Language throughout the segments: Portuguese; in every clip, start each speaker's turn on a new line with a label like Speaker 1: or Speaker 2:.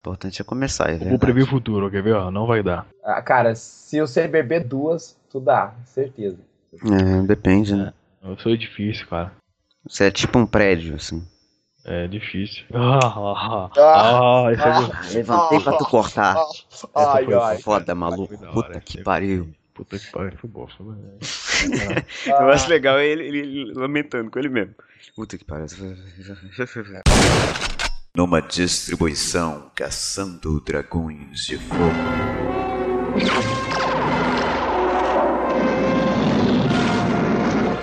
Speaker 1: importante é começar, é
Speaker 2: Vou
Speaker 1: verdade.
Speaker 2: prever o futuro, quer ver? ó? Não vai dar.
Speaker 3: Ah, cara, se você beber duas, tu dá, certeza.
Speaker 1: É, depende, né?
Speaker 2: Eu sou difícil, cara.
Speaker 1: Você é tipo um prédio, assim.
Speaker 2: É difícil. Ah, ah,
Speaker 3: Ah,
Speaker 2: ah, esse é bom.
Speaker 1: Levantei pra tu cortar. Essa
Speaker 3: Ai,
Speaker 1: foi
Speaker 4: assim.
Speaker 3: ai.
Speaker 1: É foda, maluco.
Speaker 2: Foi da hora,
Speaker 1: Puta
Speaker 4: é
Speaker 1: que
Speaker 2: esse-
Speaker 1: pariu.
Speaker 2: Puta que pariu, foi né? boa. Foi boa.
Speaker 3: Ah,
Speaker 4: Eu acho legal ele, ele lamentando com ele mesmo.
Speaker 1: Puta que pariu.
Speaker 5: numa distribuição caçando dragões de fogo.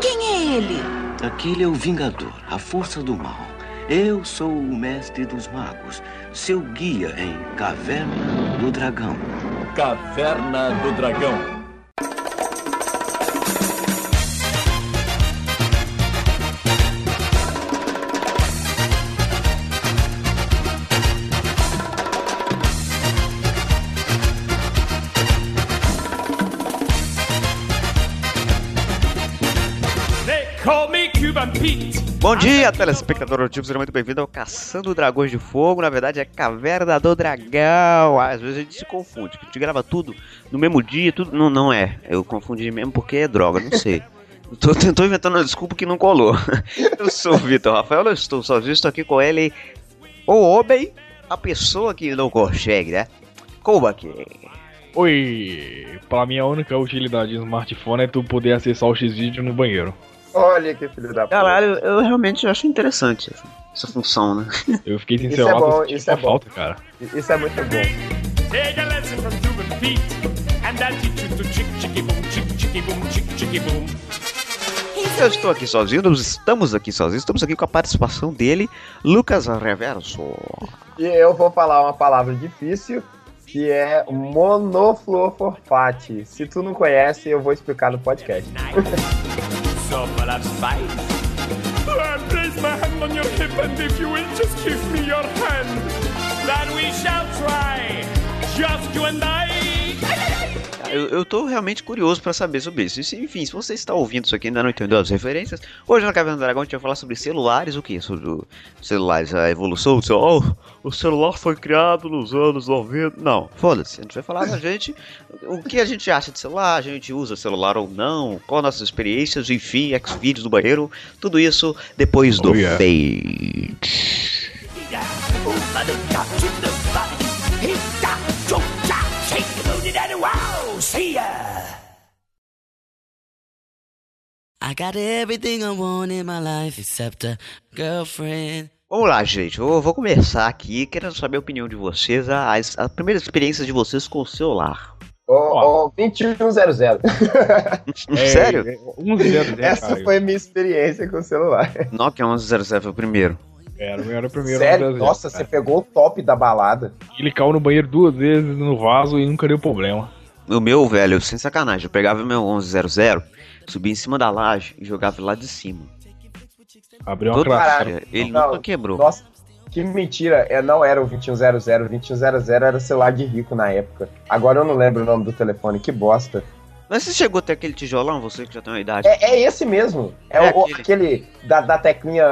Speaker 6: Quem é ele?
Speaker 7: Aquele é o Vingador, a força do mal. Eu sou o mestre dos magos, seu guia em Caverna do Dragão.
Speaker 8: Caverna do Dragão.
Speaker 4: Bom dia, telespectador antigo, seja muito bem-vindo ao Caçando Dragões de Fogo. Na verdade, é Caverna do Dragão. Às vezes a gente se confunde, que a gente grava tudo no mesmo dia, tudo. Não, não é. Eu confundi mesmo porque é droga, não sei. Eu Tô, tô inventando uma desculpa que não colou. Eu sou o Vitor Rafael, não estou sozinho, estou aqui com ele, o homem, a pessoa que não consegue, né? Como aqui?
Speaker 2: Oi! Pra mim, a única utilidade do smartphone é tu poder acessar o X-Vídeo no banheiro.
Speaker 3: Olha que filho da puta.
Speaker 1: Caralho, eu realmente acho interessante essa, essa função, né?
Speaker 2: Eu fiquei sem
Speaker 3: Isso
Speaker 2: celular,
Speaker 3: é bom,
Speaker 2: tô sentindo
Speaker 3: isso é
Speaker 2: uma
Speaker 3: bom.
Speaker 2: falta, cara.
Speaker 3: Isso é muito bom.
Speaker 9: Take a lesson from human feet, and I'll teach you to chick chicky boom, chick chicky boom, chick chicky boom.
Speaker 4: Eu estou aqui sozinho, nós estamos aqui sozinhos, estamos aqui com a participação dele, Lucas Reverso.
Speaker 3: E eu vou falar uma palavra difícil, que é monofluoforfate. Se tu não conhece, eu vou explicar no podcast.
Speaker 9: So full of spice. I place my hand on your hip, and if you will just give me your hand, then we shall try. Just you and I.
Speaker 4: Ah, Eu, eu tô realmente curioso pra saber sobre isso. E se- Enfim, se você está ouvindo isso aqui e ainda não entendeu as referências, hoje na Caverna do Dragão a gente vai falar sobre celulares, o que? Sobre o- celulares, a evolução do celular. Oh, o celular foi criado nos anos 90. Não, foda-se. A gente vai falar da gente, o que a gente acha de celular, a gente usa celular ou não, qual nossas experiências, enfim, ex-vídeos do banheiro, tudo isso depois do
Speaker 2: Oh, yeah.
Speaker 4: fade.
Speaker 7: I got everything I want in my life except a girlfriend.
Speaker 4: Vamos lá, gente. Eu vou começar aqui querendo saber a opinião de vocês, as, as primeiras experiências de vocês com o celular.
Speaker 3: Ô, ô, 2100.
Speaker 4: Sério?
Speaker 2: É, um zero, né,
Speaker 3: Essa
Speaker 2: cara?
Speaker 3: foi minha experiência com o celular.
Speaker 2: é.
Speaker 4: Nokia 1100 foi o primeiro.
Speaker 2: Era, eu era o primeiro.
Speaker 3: Sério?
Speaker 2: um zero,
Speaker 3: Nossa,
Speaker 2: cara.
Speaker 3: você pegou o top da balada.
Speaker 2: Ele caiu no banheiro duas vezes no vaso e nunca deu problema.
Speaker 4: O meu, velho, sem sacanagem, eu pegava o meu 1100, subia em cima da laje e jogava lá de cima.
Speaker 2: Abriu É uma
Speaker 4: Todo
Speaker 2: classe.
Speaker 4: dia. Ele
Speaker 3: Não,
Speaker 4: nunca quebrou.
Speaker 3: Nossa, que mentira. É, não era o 2100. 2100 era celular de rico na época. Agora eu não lembro o nome do telefone, que bosta.
Speaker 4: Mas você chegou até aquele tijolão, você que já tem uma idade.
Speaker 3: É, é esse mesmo. É,
Speaker 4: É
Speaker 3: o,
Speaker 4: aquele.
Speaker 3: aquele, da, da teclinha.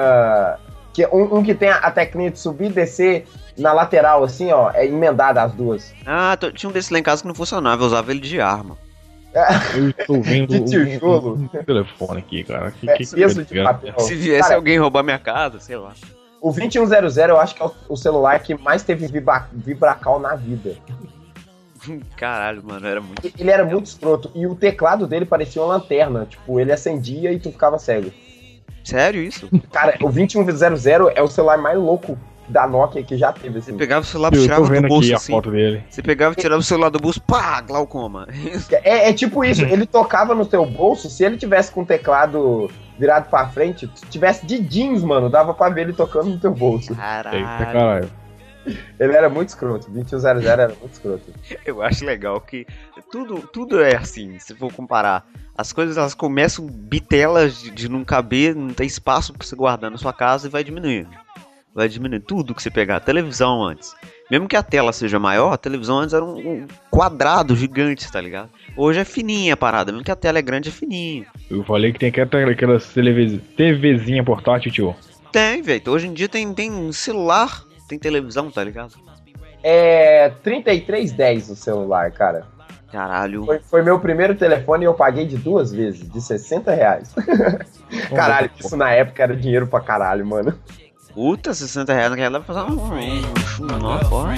Speaker 3: Que, é um, um que tem a, a teclinha de subir e descer na lateral, assim, ó. É emendada as duas.
Speaker 4: Ah, tô- tinha um desses lá em casa que não funcionava, eu usava ele de arma.
Speaker 2: Eu estou vendo
Speaker 3: De tijolo.
Speaker 2: um- um telefone aqui, cara. Que,
Speaker 3: É,
Speaker 2: que-
Speaker 3: peso de
Speaker 2: que-
Speaker 3: papel.
Speaker 4: Se viesse
Speaker 3: Cara,
Speaker 4: alguém roubar minha casa, sei lá.
Speaker 3: O 2100 eu acho que é o, o celular que mais teve vibra, vibracal na vida.
Speaker 4: Caralho, mano, era muito.
Speaker 3: E- Ele era muito escroto. E o teclado dele parecia uma lanterna. Tipo, ele acendia e tu ficava cego.
Speaker 4: Sério isso?
Speaker 3: Cara, o 2100 é o celular mais louco da Nokia que já teve,
Speaker 4: Você
Speaker 3: assim.
Speaker 4: pegava o celular,
Speaker 2: Eu tô
Speaker 4: tirava
Speaker 2: vendo
Speaker 4: do
Speaker 2: aqui
Speaker 4: bolso
Speaker 2: a
Speaker 4: assim.
Speaker 2: foto dele.
Speaker 4: Você pegava e tirava o celular do bolso, pá, glaucoma.
Speaker 3: É, é tipo isso, ele tocava no teu bolso, se ele tivesse com o teclado virado pra frente, se tivesse de jeans, mano, dava pra ver ele tocando no teu bolso.
Speaker 2: Eita,
Speaker 4: Caralho.
Speaker 2: caralho.
Speaker 3: Ele era muito escroto, 2100 era muito escroto.
Speaker 4: Eu acho legal que tudo, tudo é assim, se for comparar. As coisas elas começam bitelas de, de não caber, não tem espaço pra você guardar na sua casa e vai diminuindo. Vai diminuindo tudo que você pegar. A televisão antes. Mesmo que a tela seja maior, a televisão antes era um, um quadrado gigante, tá ligado? Hoje é fininha a parada, mesmo que a tela é grande, é fininho.
Speaker 2: Eu falei que tem aquela, aquela televis- TVzinha portátil, tio.
Speaker 4: um Tem, velho. Hoje em dia tem, tem celular, tem televisão, tá ligado?
Speaker 3: é 3310 o celular, cara.
Speaker 4: Caralho.
Speaker 3: Foi, foi meu primeiro telefone e eu paguei de duas vezes, de 60 reais. caralho, isso na época era dinheiro pra caralho, mano.
Speaker 4: Puta, 60 reais naquela dá pra fazer um. um- um- Uma porra.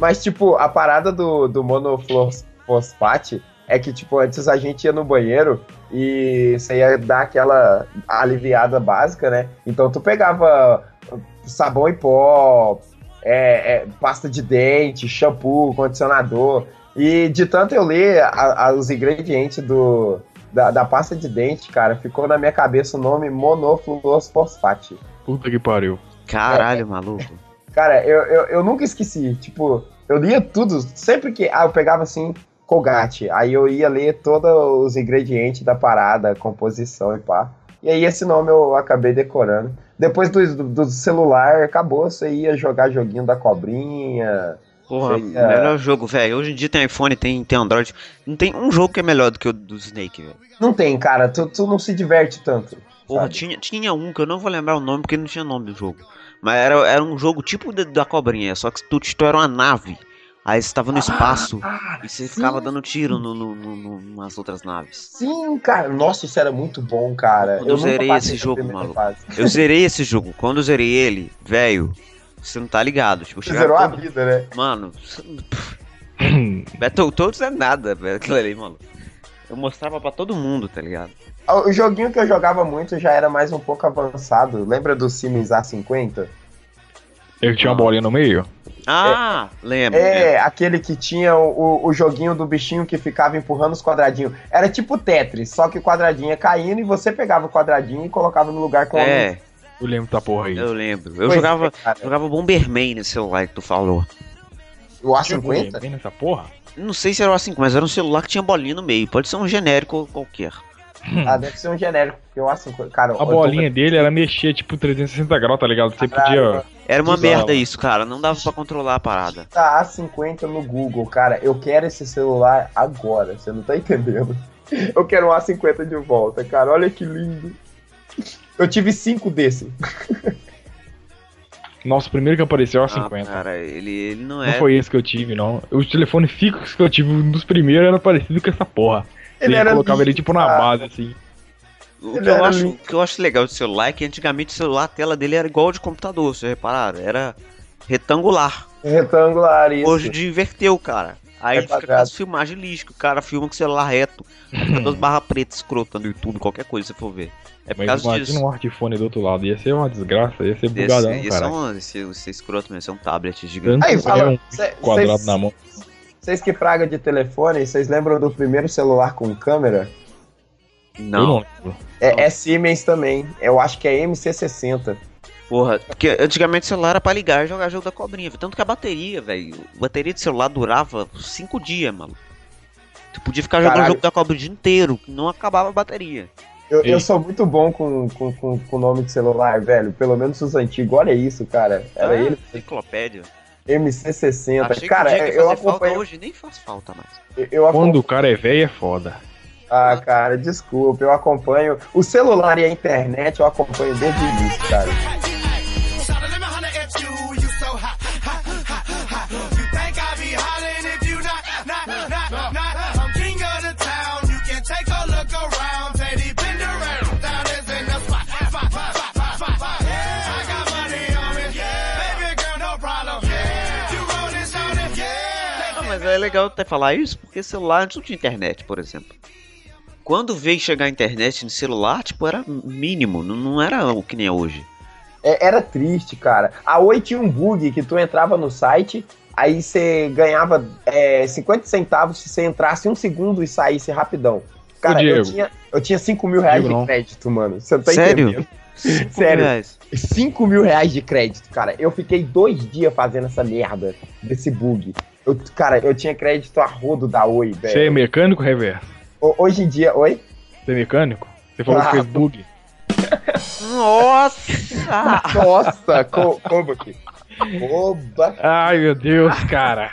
Speaker 3: Mas, tipo, a parada do, do monofosfate é que, tipo, antes a gente ia no banheiro e você ia dar aquela aliviada básica, né? Então tu pegava sabão em pó, é, é, pasta de dente, shampoo, condicionador. E de tanto eu ler a- a- os ingredientes do, da, da pasta de dente, cara, ficou na minha cabeça o nome monofluorosfosfate.
Speaker 2: Puta que pariu.
Speaker 4: Caralho, maluco.
Speaker 3: Cara, eu, eu, eu nunca esqueci. Tipo, eu lia tudo. Sempre que. Ah, eu pegava assim, Colgate. Aí eu ia ler todos os ingredientes da parada, composição e pá. E aí esse nome eu acabei decorando. Depois do, do, do celular, acabou. Você ia jogar joguinho da cobrinha.
Speaker 4: Porra,
Speaker 3: Sei, é.
Speaker 4: melhor jogo, velho. Hoje em dia tem iPhone, tem, tem Android. Não tem um jogo que é melhor do que o do Snake, velho.
Speaker 3: Não tem, cara. Tu, tu não se diverte tanto.
Speaker 4: Porra,
Speaker 3: sabe?
Speaker 4: tinha, tinha um que eu não vou lembrar o nome porque não tinha nome do jogo. Mas era, era um jogo tipo da, da cobrinha, só que tu, tu era uma nave. Aí você tava no espaço
Speaker 3: Ah,
Speaker 4: e você
Speaker 3: sim.
Speaker 4: ficava dando tiro no, no, no- no- nas outras naves.
Speaker 3: Sim, cara. Nossa, isso era muito bom, cara.
Speaker 4: Eu
Speaker 3: nunca
Speaker 4: zerei
Speaker 3: passei
Speaker 4: esse
Speaker 3: da
Speaker 4: jogo,
Speaker 3: primeira
Speaker 4: maluco.
Speaker 3: fase.
Speaker 4: Eu zerei esse jogo. Quando eu zerei ele, velho, você não tá ligado. Tipo, eu
Speaker 3: Você
Speaker 4: chegava
Speaker 3: zerou a
Speaker 4: todo-
Speaker 3: vida, né?
Speaker 4: Mano, pff. Battletoads é nada, velho. Aquilo ali, mano. Eu mostrava pra todo mundo, tá ligado?
Speaker 3: O joguinho que eu jogava muito já era mais um pouco avançado. Lembra do Siemens A50?
Speaker 2: Ele tinha uma bolinha no meio?
Speaker 4: Ah, lembro. lembro.
Speaker 3: É, aquele que tinha o, o- o joguinho do bichinho que ficava empurrando os quadradinhos. Era tipo Tetris, só que o quadradinho ia caindo e você pegava o quadradinho e colocava no lugar com a
Speaker 4: É,
Speaker 2: Eu lembro da porra aí.
Speaker 4: eu lembro. Eu
Speaker 3: Pois é,
Speaker 4: jogava,
Speaker 3: cara.
Speaker 4: jogava Bomberman nesse celular que tu falou.
Speaker 3: O
Speaker 2: Tinha
Speaker 3: A50?
Speaker 2: Bem nessa porra?
Speaker 4: Não sei se era o A5, mas era um celular que tinha bolinha no meio. Pode ser um genérico qualquer.
Speaker 3: Ah, deve ser um genérico, porque o A50. Cara,
Speaker 2: A bolinha dele era mexer tipo 360 graus, tá ligado? Você podia.
Speaker 4: Era uma
Speaker 2: Que
Speaker 4: merda
Speaker 2: bala.
Speaker 4: isso, cara. Não dava pra controlar a parada.
Speaker 3: Tá A50 no Google, cara. Eu quero esse celular agora. Você não tá entendendo. Eu quero um A50 de volta, cara. Olha que lindo. Eu tive cinco desse.
Speaker 2: Nossa, o primeiro que apareceu era
Speaker 4: Ah,
Speaker 2: 50.
Speaker 4: cara, ele, ele não
Speaker 2: Não
Speaker 4: é.
Speaker 2: foi esse que eu tive, não. Os telefones fixos que eu tive, um dos primeiros era parecido com essa porra. Ele colocava ele tipo na
Speaker 3: Ah,
Speaker 2: base, assim.
Speaker 4: O
Speaker 3: Ele
Speaker 4: que, eu
Speaker 3: era
Speaker 4: acho,
Speaker 3: lindo.
Speaker 4: o que eu acho legal do celular é que antigamente o celular, a tela dele era igual a de computador, vocês repararam? Era retangular.
Speaker 3: Retangular, isso.
Speaker 4: Hoje de inverteu, cara. Aí
Speaker 3: É
Speaker 4: fica
Speaker 3: quadrado.
Speaker 4: aquelas filmagens lixo, o cara filma com o celular reto. Fica duas barra preta escrota no YouTube, qualquer coisa que você for ver. É por
Speaker 2: Mas
Speaker 4: causa
Speaker 2: imagina
Speaker 4: disso.
Speaker 2: um smartphone do outro lado. Ia ser uma desgraça, ia ser
Speaker 4: Esse,
Speaker 2: bugadão,
Speaker 4: esse, é
Speaker 2: cara.
Speaker 4: um, esse, esse é escroto mesmo, esse é um tablet gigante.
Speaker 2: Tanto
Speaker 3: Aí,
Speaker 2: que era
Speaker 3: fala,
Speaker 2: um
Speaker 3: cê-
Speaker 2: quadrado
Speaker 3: cês-
Speaker 2: na mão.
Speaker 3: Vocês que praga de telefone, vocês lembram do primeiro celular com câmera?
Speaker 2: Eu não
Speaker 4: Não,
Speaker 2: lembro.
Speaker 3: É, é Siemens também. Eu acho que é MC60.
Speaker 4: porra. Porque antigamente o celular era pra ligar e jogar jogo da cobrinha. velho. Tanto que a bateria, velho. A bateria de celular durava cinco dias, mano. Tu podia ficar jogando
Speaker 3: Caralho.
Speaker 4: jogo da cobra o dia inteiro, que não acabava a bateria.
Speaker 3: Eu,
Speaker 2: Sim.
Speaker 3: eu sou muito bom com, com, com, com nome de celular, velho. Pelo menos os antigos. Olha isso, cara. Era
Speaker 4: Ah,
Speaker 3: ele,
Speaker 4: Enciclopédia.
Speaker 3: MC60.
Speaker 4: Achei
Speaker 3: cara,
Speaker 4: que o dia que
Speaker 3: eu
Speaker 4: ia fazer falta
Speaker 3: acompanho.
Speaker 4: hoje nem faz falta mais.
Speaker 3: Eu acompanho.
Speaker 2: Quando o cara é velho, é foda.
Speaker 3: Ah, cara, desculpa. Eu acompanho. O celular e a internet eu acompanho desde o início, cara.
Speaker 4: Ah, mas é legal até falar isso, porque celular antes não tinha internet, por exemplo. Quando veio chegar a internet no celular, tipo, era mínimo, não, não era o que nem é hoje.
Speaker 3: É, era triste, cara. A Oi tinha um bug que tu entrava no site, aí você ganhava é, 50 centavos se você entrasse um segundo e saísse rapidão. Cara, eu
Speaker 2: Diego.
Speaker 3: tinha, eu tinha 5 mil reais
Speaker 2: Diego,
Speaker 3: de
Speaker 2: não.
Speaker 3: crédito, mano. Você não tá
Speaker 4: Sério?
Speaker 3: entendendo?
Speaker 4: Cinco
Speaker 3: Sério.
Speaker 4: reais.
Speaker 3: 5 mil reais de crédito, cara. Eu fiquei dois dias fazendo essa merda desse bug. Eu- cara, eu tinha crédito a rodo da Oi,
Speaker 2: Você é
Speaker 3: velho.
Speaker 2: mecânico, Reverso?
Speaker 3: Ho- Hoje em dia, oi?
Speaker 2: Você é mecânico? Você falou que
Speaker 3: Ah.
Speaker 2: fez bug?
Speaker 4: Nossa!
Speaker 3: Nossa, co- como aqui? Oba!
Speaker 2: Ai, meu Deus, cara.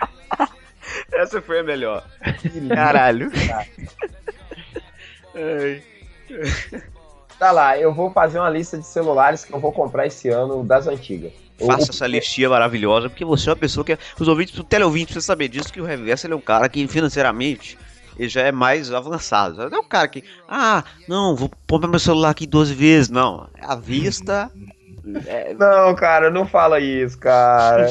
Speaker 4: Essa foi a melhor.
Speaker 3: Querido.
Speaker 4: Caralho.
Speaker 3: Tá.
Speaker 4: Ai.
Speaker 3: Tá lá, eu vou fazer uma lista de celulares que eu vou comprar esse ano das antigas. O-
Speaker 4: Faça
Speaker 3: o-
Speaker 4: essa listinha maravilhosa, porque você é uma pessoa que. Os ouvintes, o teleouvinte precisa saber disso, que o Reverso ele é um cara que financeiramente ele já é mais avançado. sabe? Não é um cara que. Ah, não, vou comprar meu celular aqui 12 vezes. Não. À vista. é,
Speaker 3: Não, cara, não fala isso, cara.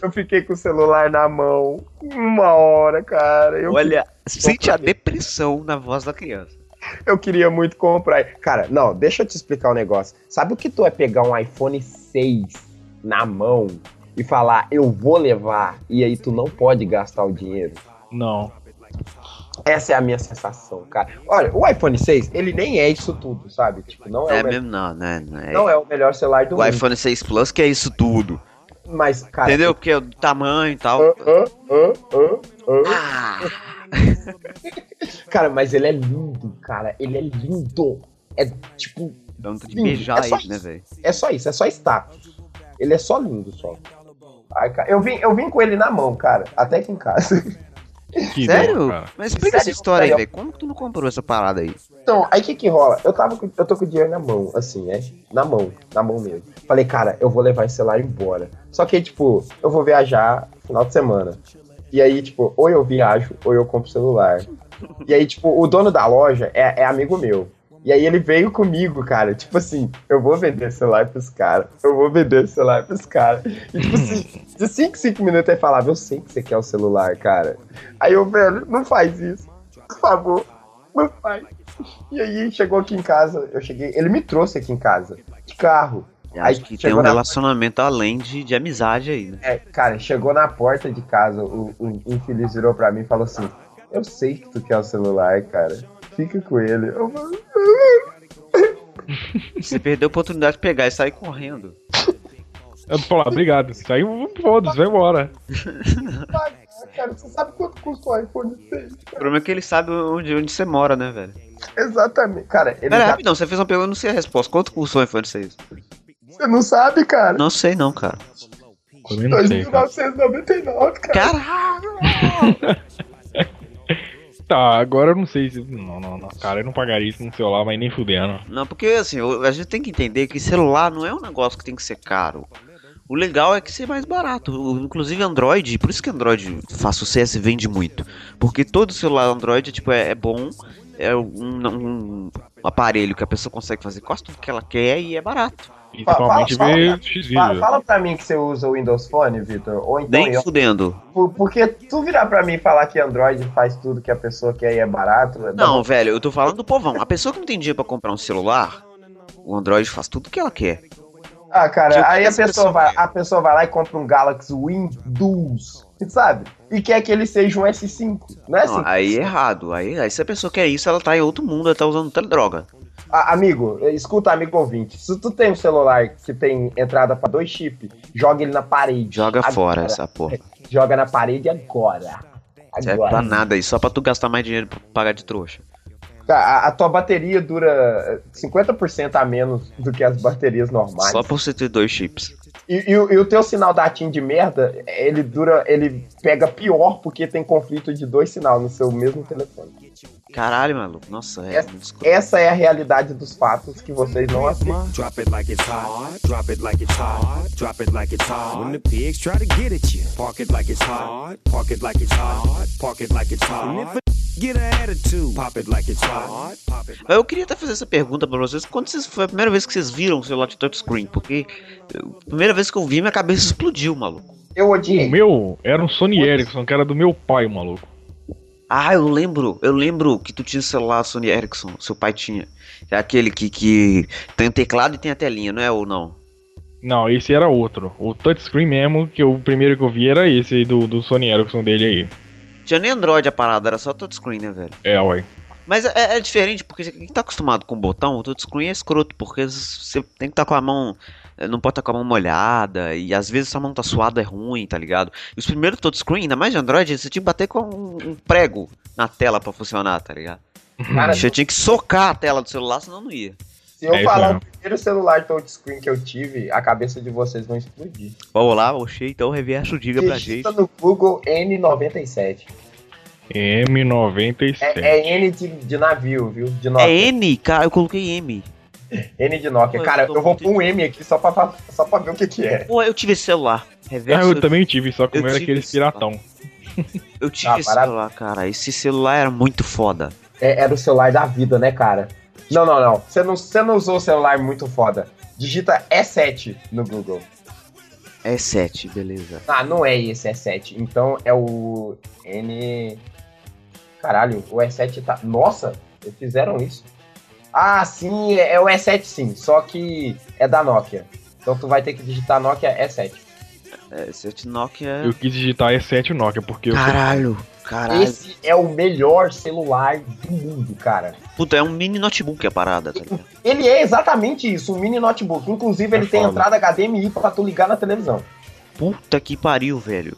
Speaker 3: eu fiquei com o celular na mão uma hora, cara. Eu,
Speaker 4: olha, sente a
Speaker 3: comprar.
Speaker 4: depressão na voz da criança.
Speaker 3: eu queria muito comprar. Cara, não, deixa eu te explicar um negócio. Sabe o que tu é pegar um iPhone 6 na mão e falar, eu vou levar, e aí tu não pode gastar o dinheiro?
Speaker 2: Não.
Speaker 3: Essa é a minha sensação, cara. Olha, o iPhone 6, ele nem é isso tudo, sabe? Tipo, não é,
Speaker 4: É
Speaker 3: o, me-
Speaker 4: mesmo, não, né? Não é.
Speaker 3: não é Ah, o melhor celular do
Speaker 4: O
Speaker 3: mundo.
Speaker 4: iPhone 6 Plus, que é isso tudo.
Speaker 3: Mas, cara.
Speaker 4: Entendeu? Porque é do tamanho e tal.
Speaker 3: hã, hã, hã, hã, hã.
Speaker 4: Ah,
Speaker 3: Cara, mas ele é lindo, cara. Ele é lindo. É tipo,
Speaker 4: dá vontade de
Speaker 3: Sim,
Speaker 4: beijar
Speaker 3: é só
Speaker 4: isso, né, velho?
Speaker 3: é só isso, é só status. Ele é só lindo, só. Ai, cara, eu vim, eu vim com ele na mão, cara, até aqui em casa.
Speaker 2: Que
Speaker 4: Sério?
Speaker 2: dó, cara.
Speaker 4: Mas explica essa
Speaker 3: Sério,
Speaker 4: história aí,
Speaker 3: sério.
Speaker 4: velho. Como que tu não comprou essa parada aí?
Speaker 3: Então, aí o que que rola? Eu, tava com- eu tô com o dinheiro na mão, assim, né? Na mão, na mão mesmo. Falei, cara, eu vou levar esse celular embora. Só que, tipo, eu vou viajar final de semana. E aí, tipo, ou eu viajo, ou eu compro celular. E aí, tipo, o dono da loja é, é amigo meu. E aí ele veio comigo, cara. Tipo assim, eu vou vender esse celular pros caras. Eu vou vender esse celular pros caras. E tipo assim, de 5 5 minutos ele falava, eu sei que você quer o celular, cara. Aí eu, velho, não faz isso. Por favor, não faz. E aí chegou aqui em casa, eu cheguei. Ele me trouxe aqui em casa, de carro.
Speaker 4: Eu
Speaker 3: Aí
Speaker 4: acho que tem
Speaker 3: chegou
Speaker 4: um
Speaker 3: na-
Speaker 4: relacionamento além de, de amizade aí, né?
Speaker 3: É, cara, chegou na porta de casa, o, o infeliz virou pra mim e falou assim: Eu sei que tu quer o celular, cara. Fica com ele. Eu falei,
Speaker 4: Você perdeu a oportunidade de pegar e sair correndo.
Speaker 2: Eu tô falando, obrigado. Isso aí, foda-se, vai embora.
Speaker 3: "Tá, Cara, você sabe quanto custa o iPhone 6?
Speaker 4: O problema é que ele sabe onde, onde você mora, né, velho?
Speaker 3: Exatamente. Cara, ele
Speaker 4: Pera,
Speaker 3: já,
Speaker 4: rapidão, você fez uma pergunta, eu não sei a resposta. Quanto custou o iPhone 6?
Speaker 3: você não sabe, cara.
Speaker 4: Não sei não, cara.
Speaker 2: Também não sei, cara.
Speaker 3: 2.999, cara.
Speaker 4: Caralho!
Speaker 2: Tá, agora eu não sei se. Não, não, não. Cara, eu não pagaria isso no celular, mas nem fudendo.
Speaker 4: Não, porque assim, o- a gente tem que entender que celular não é um negócio que tem que ser caro. O legal é que ser mais barato. O- Inclusive Android, por isso que Android faz sucesso e vende muito. Porque todo celular Android tipo, é, é bom, é um, um aparelho que a pessoa consegue fazer quase tudo que ela quer e é barato.
Speaker 2: Principalmente
Speaker 3: fala,
Speaker 2: ver
Speaker 3: fala.
Speaker 2: x
Speaker 3: Fala, fala pra mim que você usa o Windows Phone, Vitor. Ou então
Speaker 4: Nem
Speaker 3: eu.
Speaker 4: fudendo.
Speaker 3: Por- Porque tu virar pra mim e falar que Android faz tudo que a pessoa quer e é barato.
Speaker 4: Não, velho, eu tô falando do povão. A pessoa que não tem dinheiro pra comprar um celular, o Android faz tudo que ela quer.
Speaker 3: Ah, cara,
Speaker 4: Tipo,
Speaker 3: aí a
Speaker 4: essa
Speaker 3: pessoa,
Speaker 4: pessoa
Speaker 3: vai,
Speaker 4: quer.
Speaker 3: a pessoa vai lá e compra um Galaxy Windows, sabe? E quer que ele seja um S5. Não é assim?
Speaker 4: Não, aí é errado. Aí, aí se a pessoa quer isso, ela tá em outro mundo, ela tá usando teledroga.
Speaker 3: Ah, amigo, escuta, amigo ouvinte. Se tu tem um celular que tem entrada pra dois chips, joga ele na parede.
Speaker 4: Joga
Speaker 3: Agora.
Speaker 4: fora essa porra.
Speaker 3: Joga na parede agora.
Speaker 4: Serve pra
Speaker 3: Agora.
Speaker 4: nada aí, só pra tu gastar mais dinheiro pra pagar de trouxa.
Speaker 3: A, a tua bateria dura eh, 50% a menos do que as baterias normais.
Speaker 4: Só pra você ter dois chips.
Speaker 3: E, e o- e o teu sinal da TIM de merda, ele dura, ele pega pior porque tem conflito de dois sinal no seu mesmo telefone.
Speaker 4: Caralho, maluco. Nossa, é.
Speaker 3: Essa- Essa é a realidade dos fatos que vocês não assistem.
Speaker 9: Drop it like it's hot. Drop it like it's hot. Drop it like it's hot. When the pigs try to get at you, park it like it's hot. Park it like it's hot. Park it like it's hot. And if a get an attitude, pop it like it's hot. Pop it.
Speaker 4: Mas eu queria até fazer essa pergunta pra vocês. Quando vocês, foi a primeira vez que vocês viram o celular de touchscreen? Porque eu- a primeira vez que eu vi, minha cabeça explodiu, maluco.
Speaker 3: Eu
Speaker 2: O
Speaker 3: odiei.
Speaker 2: meu era um Sony Ericsson, que era do meu pai, maluco.
Speaker 4: Ah, eu lembro. Eu lembro que tu tinha o celular Sony Ericsson. Seu pai tinha. É aquele que, que tem o teclado e tem a telinha, não é ou não?
Speaker 2: Não, esse era outro. O touchscreen mesmo, que o primeiro que eu vi era esse aí do, do Sony Ericsson dele aí.
Speaker 4: Tinha nem Android a parada, era só touchscreen, né, velho?
Speaker 2: É, ué.
Speaker 4: Mas é, é diferente, porque quem tá acostumado com o botão, o touchscreen é escroto, porque você tem que estar com a mão. eh, Não pode estar com a mão molhada, e às vezes sua mão tá suada é ruim, tá ligado? E os primeiros touchscreen, ainda mais de Android, você tinha que bater com um, um prego na tela pra funcionar, tá ligado?
Speaker 3: Cara,
Speaker 4: Você tinha que socar a tela do celular, senão não ia.
Speaker 3: se eu
Speaker 2: É isso
Speaker 3: falar o
Speaker 2: mesmo.
Speaker 3: primeiro celular touchscreen que eu tive, a cabeça de vocês não explodir.
Speaker 4: Vamos lá, oxê, então reverso, diga pra gente.
Speaker 3: Digita no Google N97.
Speaker 2: M97.
Speaker 3: É, é N de, de navio, viu? De Nokia.
Speaker 4: É N? Cara, eu coloquei M.
Speaker 3: N de Nokia.
Speaker 4: Pô,
Speaker 3: Cara,
Speaker 4: eu tô
Speaker 3: eu vou
Speaker 4: muito
Speaker 3: pôr um M aqui só pra, fa- só pra ver o que que é.
Speaker 4: Pô, eu tive esse celular.
Speaker 2: Ah,
Speaker 4: Reverso.
Speaker 2: eu também tive, só que o
Speaker 4: eu
Speaker 2: meu era
Speaker 4: tive
Speaker 2: aquele
Speaker 4: isso, tá?
Speaker 2: piratão.
Speaker 4: eu tive
Speaker 3: Ah,
Speaker 4: esse
Speaker 3: parado.
Speaker 4: celular, cara. Esse celular era muito foda.
Speaker 3: É- Era o celular da vida, né, cara? Não, não, não. Você não, você não usou o celular muito foda. Digita E7 no Google.
Speaker 4: É 7, beleza.
Speaker 3: Ah, não é esse E7. Então é o N. Caralho, o E7 tá. Nossa, eles fizeram isso. Ah, sim, é é o E7 sim, só que é da Nokia. Então tu vai ter que digitar Nokia E7.
Speaker 4: É 7 Nokia.
Speaker 2: Eu quis digitar E7 Nokia, porque eu
Speaker 4: Caralho, caralho.
Speaker 3: Esse é o melhor celular do mundo, cara.
Speaker 4: Puta, é um mini notebook a parada, tá ligado?
Speaker 3: Ele é exatamente isso, um mini notebook. Inclusive,
Speaker 2: É
Speaker 3: ele tem
Speaker 2: foda.
Speaker 3: entrada HDMI pra tu ligar na televisão.
Speaker 4: Puta que pariu, velho.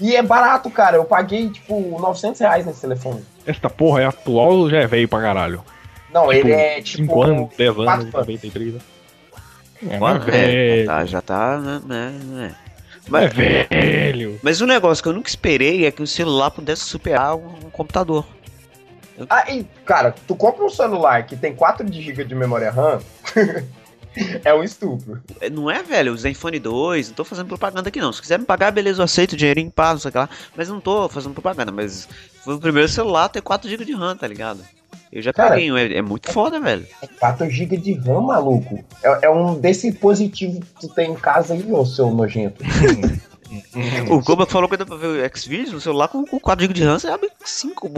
Speaker 3: E é barato, cara. Eu paguei, tipo, 900 reais nesse telefone.
Speaker 2: Essa porra é atual ou já é velho pra caralho?
Speaker 3: Não,
Speaker 2: Tipo,
Speaker 3: ele é, tipo...
Speaker 2: 5 anos, 10 anos,
Speaker 3: quatro anos.
Speaker 2: 93 anos. né? É,
Speaker 4: Ó,
Speaker 2: mas
Speaker 4: velho,
Speaker 2: velho.
Speaker 4: tá, já tá, né? né, né.
Speaker 2: É
Speaker 4: Mas,
Speaker 2: velho.
Speaker 4: mas um negócio que eu nunca esperei é que o celular pudesse superar um, um computador.
Speaker 3: Ah, e, cara, tu compra um celular que tem 4 GB de memória RAM, é um estupro.
Speaker 4: É, Não é, velho? O Zenfone 2, não tô fazendo propaganda aqui não. Se quiser me pagar, beleza, eu aceito, dinheirinho pago, sei lá. Mas não tô fazendo propaganda, mas foi o primeiro celular a ter 4GB de RAM, tá ligado? Eu já
Speaker 3: Cara.
Speaker 4: peguei um, é, é muito foda, velho.
Speaker 3: 4 GB de RAM, maluco. É, é um desse positivo que tu tem em casa aí, ô seu nojento.
Speaker 4: O Goba falou que dá pra ver o Xvideos no celular com, com 4GB de RAM, você abre 5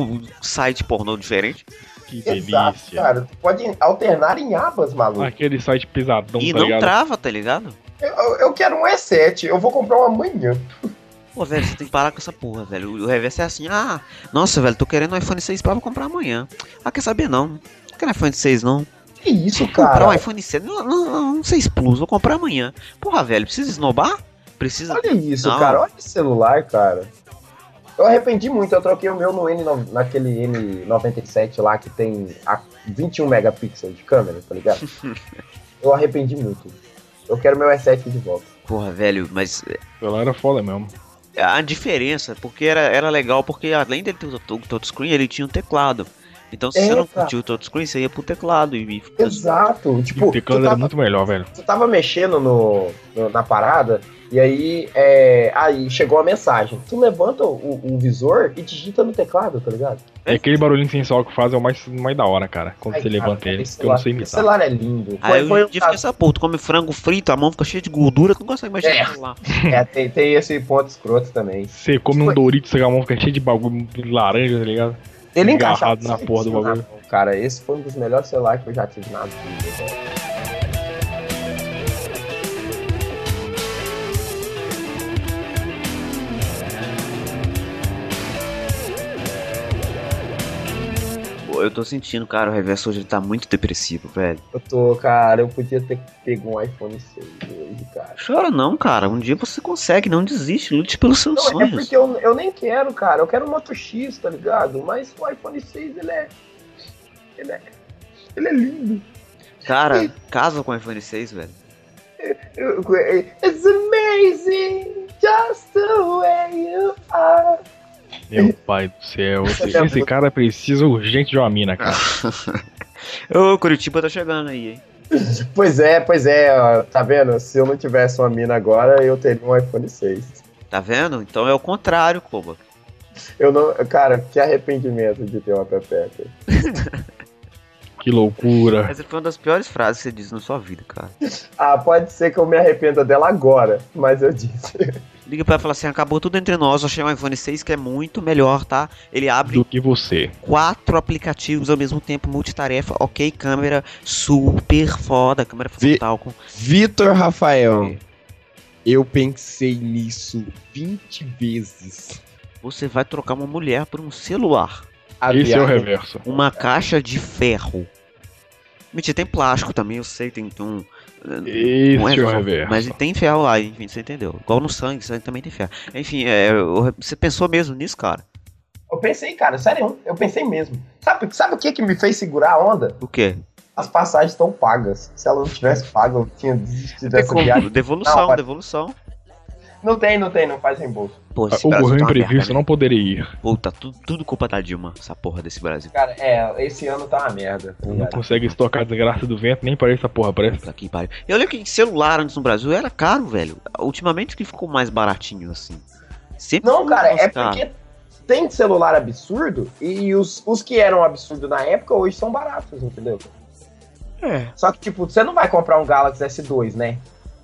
Speaker 4: sites pornô diferentes.
Speaker 2: Que
Speaker 3: Exato,
Speaker 2: delícia.
Speaker 3: cara. Tu pode alternar em abas, maluco.
Speaker 2: Aquele site pesadão,
Speaker 4: E
Speaker 2: tá
Speaker 4: não
Speaker 2: ligado?
Speaker 4: trava, tá ligado?
Speaker 3: Eu, eu quero um E7, eu vou comprar um amanhã.
Speaker 4: Pô, velho, você tem que parar com essa porra, velho. O reverso é assim, ah, nossa, velho, tô querendo um iPhone 6 pra eu comprar amanhã. Ah, quer saber não? Não quero iPhone 6 não.
Speaker 3: Que isso,
Speaker 4: comprar um
Speaker 3: cara?
Speaker 4: iPhone 6, não, não, não, um 6 Plus, vou comprar amanhã. Porra, velho, precisa esnobar? Precisa.
Speaker 3: Olha isso,
Speaker 4: Não.
Speaker 3: cara. Olha esse celular, cara. Eu arrependi muito, eu troquei o meu no N, naquele N97 lá que tem a 21 megapixels de câmera, tá ligado? eu arrependi muito. Eu quero meu E7 de volta.
Speaker 4: Porra, velho, mas é,
Speaker 2: O celular era foda mesmo.
Speaker 4: a diferença, porque era, era legal, porque além dele ter o tou- touchscreen, ele tinha um teclado. Então, se
Speaker 3: É,
Speaker 4: você não
Speaker 3: cara.
Speaker 4: curtiu o touchscreen, você ia pro teclado e. e-
Speaker 3: Exato.
Speaker 2: E
Speaker 3: Tipo,
Speaker 2: o
Speaker 3: tu
Speaker 2: teclado era
Speaker 3: tava,
Speaker 2: muito melhor, velho.
Speaker 3: tu tava mexendo no, no- na parada e aí, é, aí chegou a mensagem. Tu levanta o, o visor e digita no teclado, tá ligado?
Speaker 4: É.
Speaker 2: E aquele barulhinho sensual que faz é o mais, mais da hora, cara. Quando
Speaker 3: Ai,
Speaker 2: você
Speaker 3: cara,
Speaker 2: levanta ele,
Speaker 3: esse
Speaker 2: que eu não
Speaker 3: celular-
Speaker 2: sei
Speaker 3: Esse
Speaker 2: imitar.
Speaker 3: celular é lindo.
Speaker 4: Aí
Speaker 3: Foi- foi
Speaker 4: hoje
Speaker 3: um
Speaker 4: em dia fica essa porra, tu come frango frito, a mão fica cheia de gordura, tu não consegue mais
Speaker 3: É.
Speaker 4: chegar lá.
Speaker 3: É, tem, tem esse ponto escroto também.
Speaker 2: Você come um
Speaker 3: Foi.
Speaker 2: Dorito, você mão fica cheio de bagulho de laranja, tá ligado?
Speaker 3: Ele
Speaker 2: Agarrado
Speaker 3: encaixado
Speaker 2: na porra do bagulho.
Speaker 3: Cara, esse foi um dos melhores celulares que eu já tive na vida. velho.
Speaker 4: Pô, eu tô sentindo, cara, o reverso hoje ele tá muito depressivo, velho.
Speaker 3: Eu tô, cara, eu podia ter pego um iPhone 6 hoje, cara.
Speaker 4: Chora não, cara. Um dia você consegue, não desiste, lute pelos seus
Speaker 3: Não, é
Speaker 4: sonhos.
Speaker 3: porque eu, eu nem quero, cara. Eu quero um Moto X, tá ligado? Mas o iPhone 6, ele é. Ele é. Ele é lindo.
Speaker 4: Cara, casa com o iPhone 6, velho.
Speaker 3: Eu- eu- It's amazing just the way you are.
Speaker 2: Meu pai do céu,
Speaker 3: é
Speaker 2: esse, esse cara precisa urgente de uma mina, cara.
Speaker 4: Ô, Curitiba tá chegando aí, hein?
Speaker 3: Pois é, pois é. ó, Tá vendo? Se eu não tivesse uma mina agora, eu teria um iPhone 6.
Speaker 4: Tá vendo? Então é o contrário, Koba.
Speaker 3: Eu não. Cara, que arrependimento de ter uma pepeca.
Speaker 2: Que loucura.
Speaker 4: Essa foi uma das piores frases que você disse na sua vida, cara.
Speaker 3: Ah, pode ser que eu me arrependa dela agora, mas eu disse.
Speaker 4: Liga pra ela e fala assim: acabou tudo entre nós, eu achei um iPhone 6 que é muito melhor, tá? Ele abre
Speaker 2: Do que você.
Speaker 4: quatro aplicativos ao mesmo tempo, multitarefa, ok, câmera super foda, câmera frontal. Com...
Speaker 3: Vitor Rafael, eu pensei nisso 20 vezes.
Speaker 4: Você vai trocar uma mulher por um celular.
Speaker 3: A
Speaker 2: Esse é o
Speaker 3: viagem-
Speaker 2: reverso.
Speaker 4: Uma caixa de ferro. Mentira, tem plástico também, eu sei, tem tem um.
Speaker 3: um
Speaker 4: Não
Speaker 2: Esse é o
Speaker 4: ferro,
Speaker 2: reverso.
Speaker 4: Mas tem ferro lá, enfim, você entendeu. Igual no sangue, sangue também tem ferro. Enfim, é, o- você pensou mesmo nisso, cara?
Speaker 3: Eu pensei, cara, sério, eu pensei mesmo. Sabe, sabe o que, que me fez segurar a onda?
Speaker 4: O quê?
Speaker 3: As passagens estão pagas. Se ela não tivesse pago, eu tinha desistido
Speaker 4: Tem
Speaker 3: dessa
Speaker 4: como-
Speaker 3: viagem.
Speaker 4: Devolução,
Speaker 3: Não, mas-
Speaker 4: devolução.
Speaker 3: Não tem, não tem, não faz reembolso.
Speaker 4: Pô, esse
Speaker 2: Ah,
Speaker 4: Brasil
Speaker 2: O Correio
Speaker 4: tá uma merda,
Speaker 2: Imprevisto
Speaker 4: né?
Speaker 2: não poderia ir.
Speaker 4: Pô, tá tudo, tudo culpa da Dilma, essa porra desse Brasil.
Speaker 3: Cara, é, esse ano tá uma merda. tá
Speaker 2: Não
Speaker 3: ligado?
Speaker 2: consegue estocar a desgraça do vento, nem parece essa porra, parece.
Speaker 4: Puta que pariu. Eu lembro que celular antes no Brasil era caro, velho. Ultimamente que ficou mais baratinho, assim. Sempre
Speaker 3: Não,
Speaker 4: foi
Speaker 3: cara,
Speaker 4: mais
Speaker 3: é
Speaker 4: caro.
Speaker 3: porque tem celular absurdo e os, os que eram absurdos na época hoje são baratos, entendeu?
Speaker 4: É.
Speaker 3: Só que, tipo, você não vai comprar um Galaxy S2, né?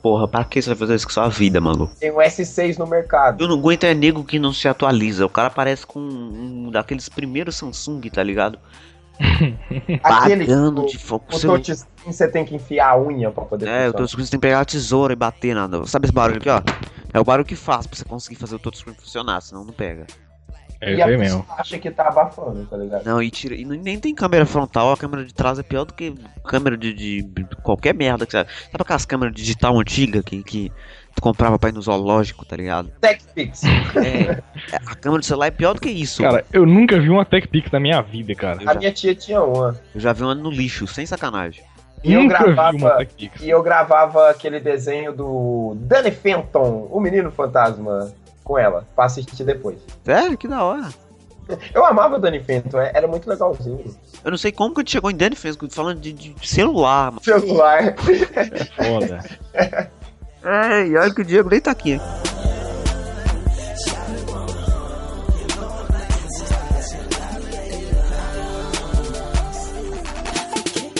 Speaker 4: Porra, pra que você vai fazer isso com sua vida, maluco?
Speaker 3: Tem um S6 no mercado.
Speaker 4: Eu não aguento é nego que não se atualiza. O cara parece com um, um daqueles primeiros Samsung, tá ligado?
Speaker 3: Aquele
Speaker 4: Pagando
Speaker 3: tipo,
Speaker 4: de foco.
Speaker 3: o touchscreen você tem que enfiar a unha pra poder
Speaker 4: É, o
Speaker 3: funcionar.
Speaker 4: touchscreen você tem que pegar a tesoura e bater nada. Sabe esse barulho aqui, ó? É o barulho que faz pra você conseguir fazer o touchscreen funcionar, senão não pega.
Speaker 2: É
Speaker 3: E
Speaker 2: isso
Speaker 3: a
Speaker 2: aí
Speaker 3: pessoa
Speaker 2: mesmo.
Speaker 3: acha que tá abafando, tá ligado?
Speaker 4: Não, e, tira, e nem tem câmera frontal, a câmera de trás é pior do que câmera de, de- de qualquer merda que você. Sabe aquelas câmeras digital antigas que, que tu comprava pra ir no zoológico, tá ligado?
Speaker 3: TechPix.
Speaker 4: É, a câmera do celular é pior do que isso.
Speaker 2: Cara, eu nunca vi uma TechPix na minha vida, cara.
Speaker 3: A minha tia tinha uma.
Speaker 4: Eu já vi uma no lixo, sem sacanagem.
Speaker 3: E eu
Speaker 2: nunca
Speaker 3: gravava-
Speaker 2: vi uma TechPix.
Speaker 3: E eu gravava aquele desenho do Danny Fenton, o menino fantasma, com ela, pra assistir depois.
Speaker 4: Sério, que da hora.
Speaker 3: Eu amava o Danny Fenton, é- era muito legalzinho.
Speaker 4: Eu não sei como que a gente chegou em Danny Fenton, falando de, de celular. mano.
Speaker 3: Celular.
Speaker 2: Foda.
Speaker 4: É, e olha que o Diego nem tá aqui.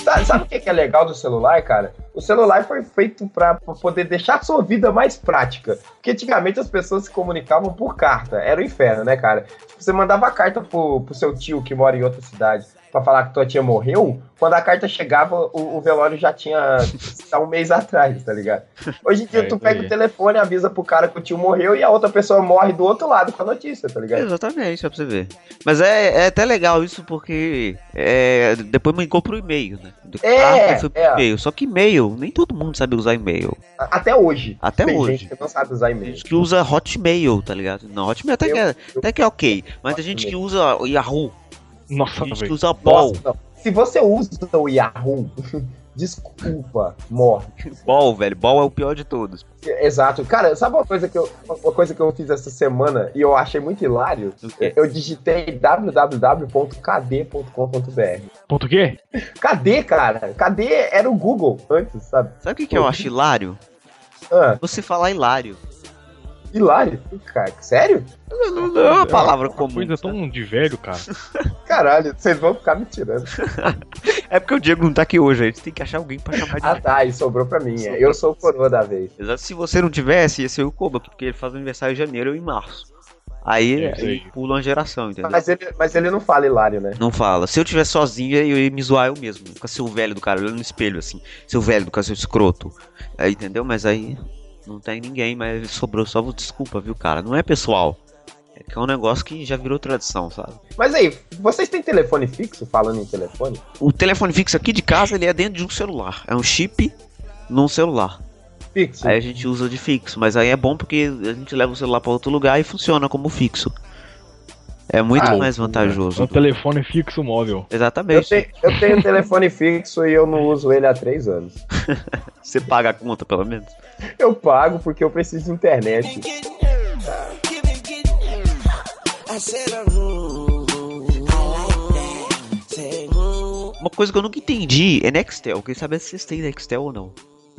Speaker 3: Sabe, sabe o que que é legal do celular, cara? O celular foi feito pra pra poder deixar a sua vida mais prática. Porque antigamente as pessoas se comunicavam por carta. Era o inferno, né, cara? Tipo, Você mandava a carta pro, pro seu tio que mora em outra cidade pra falar que tua tia morreu. Quando a carta chegava, o, o velório já tinha há um mês atrás, tá ligado? Hoje em dia
Speaker 2: É,
Speaker 3: tu
Speaker 2: isso
Speaker 3: pega
Speaker 2: aí.
Speaker 3: o telefone, avisa pro cara que o tio morreu e a outra pessoa morre do outro lado com a notícia, tá ligado?
Speaker 4: É, Exatamente, só pra você ver. Mas é, é até legal isso porque é, depois migrou pro e-mail, né? Do
Speaker 3: É,
Speaker 4: carta foi pro
Speaker 3: é.
Speaker 4: e-mail. Só que e-mail, nem todo mundo sabe usar e-mail.
Speaker 3: A- Até hoje.
Speaker 4: Até
Speaker 3: Tem
Speaker 4: hoje.
Speaker 3: gente que não sabe usar
Speaker 4: Tem
Speaker 3: e-mail.
Speaker 4: gente que usa Hotmail, tá ligado? Não, Hotmail até,
Speaker 3: Eu-
Speaker 4: que, é,
Speaker 3: eu-
Speaker 4: até que é ok. Mas tem gente que usa Yahoo,
Speaker 2: Nossa, tá
Speaker 4: tem gente que
Speaker 2: velho.
Speaker 4: usa Ball.
Speaker 3: Nossa, não. Se você usa o Yahoo, desculpa, morre.
Speaker 4: Ball, velho. Ball é o pior de todos.
Speaker 3: Exato. Cara, sabe uma coisa que eu, uma coisa que eu fiz essa semana e eu achei muito hilário?
Speaker 4: O quê?
Speaker 3: Eu digitei www.kd.com.br.
Speaker 2: Ponto quê?
Speaker 3: Cadê, cara? Cadê? Era o Google antes, sabe?
Speaker 4: Sabe o que, que eu acho hilário?
Speaker 3: Ah,
Speaker 4: Você falar hilário.
Speaker 3: hilário. Cara, sério?
Speaker 4: Não, não é uma palavra comum.
Speaker 2: Coisa tão
Speaker 3: tá-
Speaker 2: de velho, cara.
Speaker 3: Caralho, vocês vão ficar me tirando.
Speaker 4: É porque o Diego não tá aqui hoje, a gente tem que achar alguém pra chamar de
Speaker 3: Ah tá, e sobrou pra mim. é. Eu sou o coroa da vez.
Speaker 4: Exato. Se você não tivesse, ia ser o Koba, porque ele faz aniversário em janeiro e em março. Aí
Speaker 2: É isso aí.
Speaker 4: ele pula uma geração, entendeu?
Speaker 3: Mas ele, mas ele não fala hilário, né?
Speaker 4: Não fala. Se eu tivesse sozinho, eu ia me zoar eu mesmo. Ficar seu velho do cara, olhando no espelho, assim. Seu velho do cara, seu escroto. Aí, entendeu? Mas aí não tem ninguém, mas sobrou só desculpa, viu, cara? Não é pessoal. É que é um negócio que já virou tradição, sabe?
Speaker 3: Mas aí, vocês têm telefone fixo falando em telefone?
Speaker 4: O telefone fixo aqui de casa, ele é dentro de um celular. É um chip num celular.
Speaker 3: Fixo?
Speaker 4: Aí a gente usa de fixo, mas aí é bom porque a gente leva o celular pra outro lugar e funciona como fixo. É muito
Speaker 3: Ah,
Speaker 4: mais
Speaker 2: É um
Speaker 4: vantajoso.
Speaker 2: telefone fixo móvel.
Speaker 3: Eu
Speaker 4: Exatamente.
Speaker 3: tenho, eu tenho telefone fixo e eu não uso ele há três anos.
Speaker 4: Você paga a conta, pelo menos.
Speaker 3: Eu pago porque eu preciso de internet.
Speaker 4: Uma coisa que eu nunca entendi é Nextel. Quem sabe se vocês têm Nextel ou não.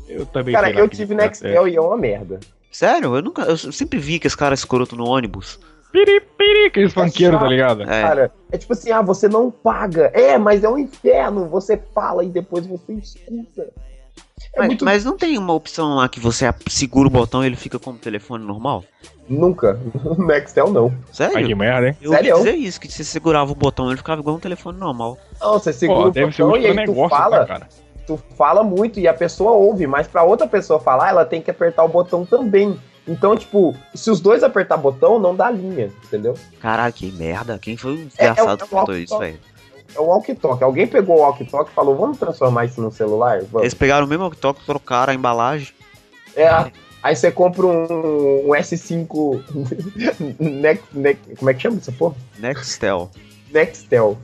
Speaker 2: Eu também
Speaker 3: Cara,
Speaker 2: sei lá
Speaker 3: eu
Speaker 2: que
Speaker 3: tive
Speaker 2: desgraça
Speaker 3: Nextel e é uma merda.
Speaker 4: Sério, eu nunca. Eu sempre vi que os caras escroto no ônibus.
Speaker 2: é. Piri, piri, aqueles funkeiros, tá ligado?
Speaker 4: É.
Speaker 3: Cara, é tipo assim, ah, você não paga. É, mas é um inferno. Você fala e depois você escuta. É
Speaker 4: mas,
Speaker 3: muito...
Speaker 4: mas não tem uma opção lá que você ap- segura o botão e ele fica como telefone normal?
Speaker 3: Nunca. Nextel não.
Speaker 2: Ai, que
Speaker 4: Sério?
Speaker 2: merda, hein?
Speaker 4: Eu ouvi
Speaker 3: Sério?
Speaker 4: dizer isso, que se você segurava o botão ele ficava igual um telefone normal.
Speaker 3: Não, você
Speaker 2: Pô,
Speaker 3: segura o
Speaker 2: deve ser
Speaker 3: botão
Speaker 2: útil
Speaker 3: e
Speaker 2: pra
Speaker 3: aí tu
Speaker 2: negócio,
Speaker 3: fala,
Speaker 2: tá, cara?
Speaker 3: tu fala muito e a pessoa ouve, mas pra outra pessoa falar, ela tem que apertar o botão também. Então, tipo, se os dois apertar botão, não dá linha, entendeu?
Speaker 4: Caralho, que merda. Quem foi o
Speaker 3: É- é o-
Speaker 4: desgraçado
Speaker 3: é o
Speaker 4: que falou
Speaker 3: walkie-talkie.
Speaker 4: isso, velho?
Speaker 3: É o walkie-talk. Alguém pegou o walkie-talk e falou, vamos transformar isso num celular? Vamos.
Speaker 4: Eles pegaram o mesmo walkie-talkie, trocaram a embalagem.
Speaker 3: É, aí você compra
Speaker 4: né,
Speaker 3: um, um S5... Nex- Nex- como é que chama essa porra?
Speaker 4: Nextel.
Speaker 3: Nextel.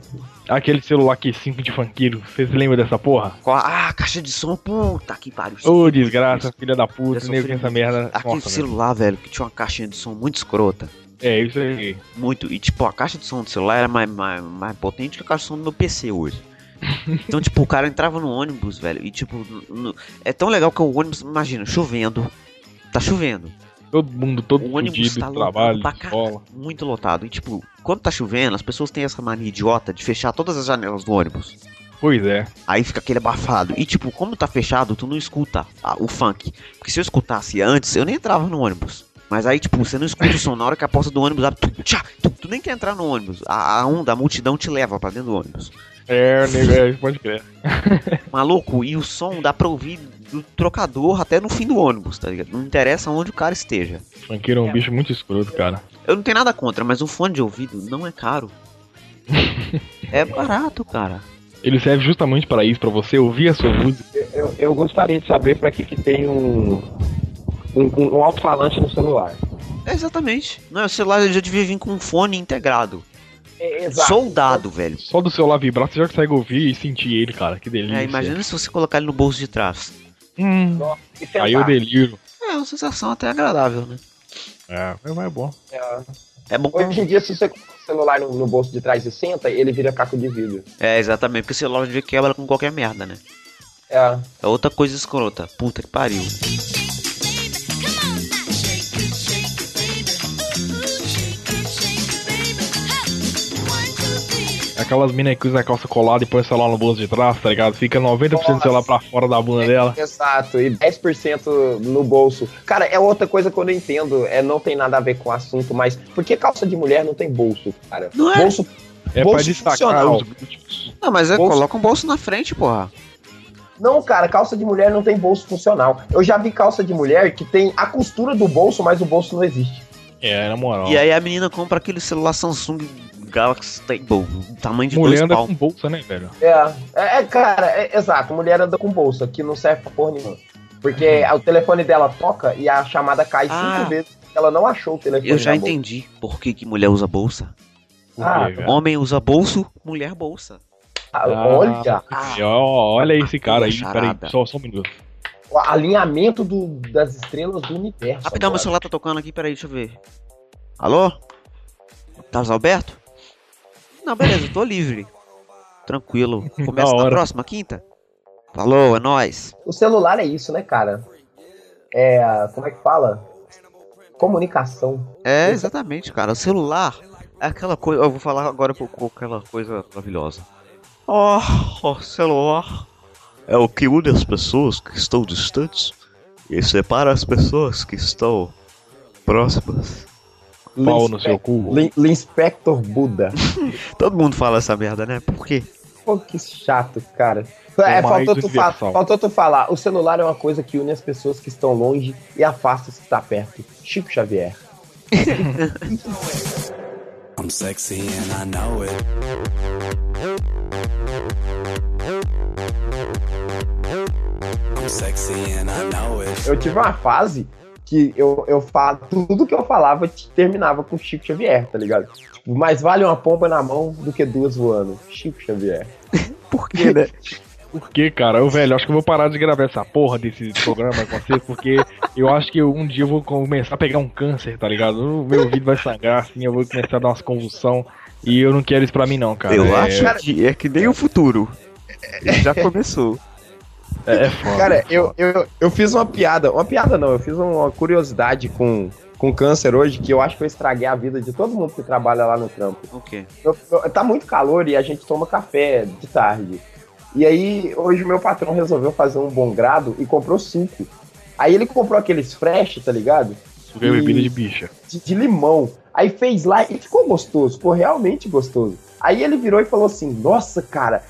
Speaker 2: Aquele celular que 5 de fanqueiro. Vocês lembram dessa porra?
Speaker 4: Qual- Ah, caixa de som, puta que pariu.
Speaker 2: Ô, desgraça, filha da puta,
Speaker 4: Já
Speaker 2: nego
Speaker 4: sofri
Speaker 2: com essa
Speaker 4: muito.
Speaker 2: merda.
Speaker 4: Aquele
Speaker 2: Nossa, velho.
Speaker 4: celular, velho, que tinha uma caixinha de som muito escrota.
Speaker 2: É, isso aí.
Speaker 4: Muito. E tipo, a caixa de som do celular era mais, mais, mais potente que a caixa de som do meu PC hoje. Então, tipo, o cara entrava no ônibus, velho. E tipo, no- no- é tão legal que o ônibus, imagina, chovendo. Tá chovendo.
Speaker 2: Todo mundo, todo
Speaker 4: O ônibus
Speaker 2: fudido,
Speaker 4: tá lotado
Speaker 2: trabalho,
Speaker 4: pra caralho.
Speaker 2: escola.
Speaker 4: Muito lotado. E tipo, quando tá chovendo, as pessoas têm essa mania idiota de fechar todas as janelas do ônibus.
Speaker 2: Pois é.
Speaker 4: Aí fica aquele abafado. E tipo, como tá fechado, tu não escuta a- o funk. Porque se eu escutasse antes, eu nem entrava no ônibus. Mas aí, tipo, você não escuta o som. Na hora que a porta do ônibus abre, tu, tchá, tu, tu nem quer entrar no ônibus. A, a onda, a multidão te leva pra dentro do ônibus.
Speaker 2: É, nego, é, pode crer.
Speaker 4: Maluco, e o som dá pra ouvir do trocador até no fim do ônibus, tá ligado? Não interessa onde o cara esteja.
Speaker 2: Funkeiro é um bicho muito escroto, cara.
Speaker 4: Eu não tenho nada contra, mas um fone de ouvido não é caro. é barato, cara.
Speaker 2: Ele serve justamente pra isso, pra você ouvir a sua música.
Speaker 10: Eu, eu gostaria de saber pra que, que tem um, um, um- um alto-falante no celular.
Speaker 4: É exatamente. Não, o celular já devia vir com um fone integrado.
Speaker 3: É,
Speaker 4: Soldado, velho.
Speaker 2: Só do celular vibrar, você já consegue ouvir e sentir ele, cara. Que delícia.
Speaker 4: É, imagina se você colocar ele no bolso de trás.
Speaker 2: Hum,
Speaker 10: Isso
Speaker 2: aí eu deliro.
Speaker 4: É uma sensação até agradável, né?
Speaker 2: É, mas é bom.
Speaker 4: É bom.
Speaker 3: Hoje em dia, se você coloca o celular no, no bolso de trás e senta, ele vira caco de vidro.
Speaker 4: É, exatamente, porque o celular hoje em dia quebra com qualquer merda, né?
Speaker 3: É.
Speaker 4: É outra coisa escrota. Puta que pariu.
Speaker 2: É Aquelas minas que usam a calça colada e põe o celular no bolso de trás, tá ligado? Fica 90% do celular pra fora da bunda dela.
Speaker 3: Exato, e 10% no bolso. Cara, é outra coisa que eu não entendo, é, não tem nada a ver com o assunto, mas por que calça de mulher não tem bolso, cara?
Speaker 4: Não é?
Speaker 3: Bolso
Speaker 2: É
Speaker 3: Bolso
Speaker 2: pra destacar
Speaker 3: funcional.
Speaker 2: os glúteos.
Speaker 4: Não, mas é,
Speaker 3: Bolso-
Speaker 4: coloca um bolso na frente, porra.
Speaker 3: Não, cara, calça de mulher não tem bolso funcional. Eu já vi calça de mulher que tem a costura do bolso, mas o bolso não existe.
Speaker 2: É, na moral.
Speaker 4: E aí a menina compra aquele celular Samsung Galaxy Table, tamanho de
Speaker 2: Mulher
Speaker 4: dois
Speaker 2: anda
Speaker 4: pau.
Speaker 2: com bolsa, né, velho?
Speaker 3: É, é, é, cara, é- exato. Mulher anda com bolso, que não serve pra porra nenhuma. Porque o telefone dela toca e a chamada cai
Speaker 4: Ah.
Speaker 3: cinco vezes. porque Ela não achou o telefone.
Speaker 4: Eu já
Speaker 3: na bolsa.
Speaker 4: entendi por que, que mulher usa bolsa.
Speaker 2: Por
Speaker 3: Ah,
Speaker 4: tá.
Speaker 2: quê, velho?
Speaker 4: Homem usa bolso, mulher bolsa.
Speaker 3: Ah,
Speaker 2: Ah.
Speaker 3: Olha,
Speaker 2: E ó, olha esse cara aí,
Speaker 4: Charada.
Speaker 2: peraí, só, só um minuto.
Speaker 3: o alinhamento do- das estrelas do universo.
Speaker 4: Rapidão, meu
Speaker 3: agora.
Speaker 4: celular tá tocando aqui, peraí, deixa eu ver. Alô? Carlos Alberto? Não, beleza, tô livre. Tranquilo. Começa
Speaker 2: Da
Speaker 4: na
Speaker 2: hora.
Speaker 4: próxima quinta? Falou, é nóis.
Speaker 3: O celular é isso, né, cara? É. Como é que fala? Comunicação.
Speaker 4: É, exatamente, cara. O celular é aquela coisa. Eu vou falar agora por por aquela coisa maravilhosa. Oh, o celular é o que une as pessoas que estão distantes e separa as pessoas que estão próximas.
Speaker 2: Pau no seu cu.
Speaker 3: Lin- Linspector Buda.
Speaker 4: Todo mundo fala essa merda, né? Por quê?
Speaker 3: Pô, que chato, cara.
Speaker 2: mais
Speaker 3: É, faltou, tu fa-
Speaker 2: universal.
Speaker 3: faltou tu falar. O celular é uma coisa que une as pessoas que estão longe e afasta os que estão perto. Chico Xavier. Eu tive uma fase que eu, eu falo, tudo que eu falava te- terminava com Chico Xavier, tá ligado? Tipo, mais vale uma pomba na mão do que duas voando. Chico Xavier.
Speaker 4: Por quê, né?
Speaker 2: Por que, cara? Eu, velho, acho que eu vou parar de gravar essa porra desse programa com vocês, porque eu acho que eu- um dia eu vou começar a pegar um câncer, tá ligado? O meu ouvido vai sangrar, assim, eu vou começar a dar umas convulsões. E eu não quero isso pra mim, não, cara.
Speaker 4: Eu
Speaker 2: é,
Speaker 4: acho que é que nem o futuro. Já começou.
Speaker 2: É, é foda.
Speaker 3: Cara, eu, eu, eu fiz uma piada. Uma piada não, eu fiz uma curiosidade com, com câncer hoje que eu acho que eu estraguei a vida de todo mundo que trabalha lá no trampo.
Speaker 4: O quê?
Speaker 3: Eu- eu- tá muito calor e a gente toma café de tarde. E aí, hoje o meu patrão resolveu fazer um bom grado e comprou cinco. Aí ele comprou aqueles fresh, tá ligado?
Speaker 2: Sugar bebida de bicha.
Speaker 3: de, de limão. Aí fez lá e ficou gostoso, ficou realmente gostoso. Aí ele virou e falou assim: Nossa, cara,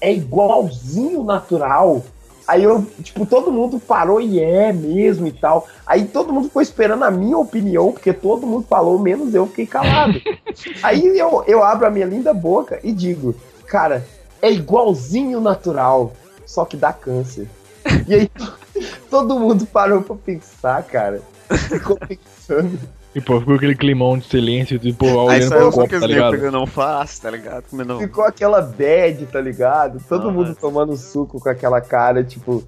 Speaker 3: é igualzinho natural. Aí eu, tipo, todo mundo parou e é mesmo e tal. Aí todo mundo ficou esperando a minha opinião, porque todo mundo falou, menos eu fiquei calado. Aí eu, eu abro a minha linda boca e digo: Cara, é igualzinho natural, só que dá câncer. E aí todo mundo parou pra pensar, cara. Ficou pensando.
Speaker 2: E pô, ficou aquele climão de silêncio, tipo,
Speaker 4: Aí
Speaker 2: olhando
Speaker 4: saiu
Speaker 2: pro
Speaker 4: só
Speaker 2: copo,
Speaker 4: que
Speaker 2: tá
Speaker 4: os negros
Speaker 2: ligado?
Speaker 4: pegando não faz, tá ligado? Comendo não.
Speaker 3: Ficou aquela bad, tá ligado? Todo
Speaker 4: Nossa.
Speaker 3: mundo tomando suco com aquela cara, tipo.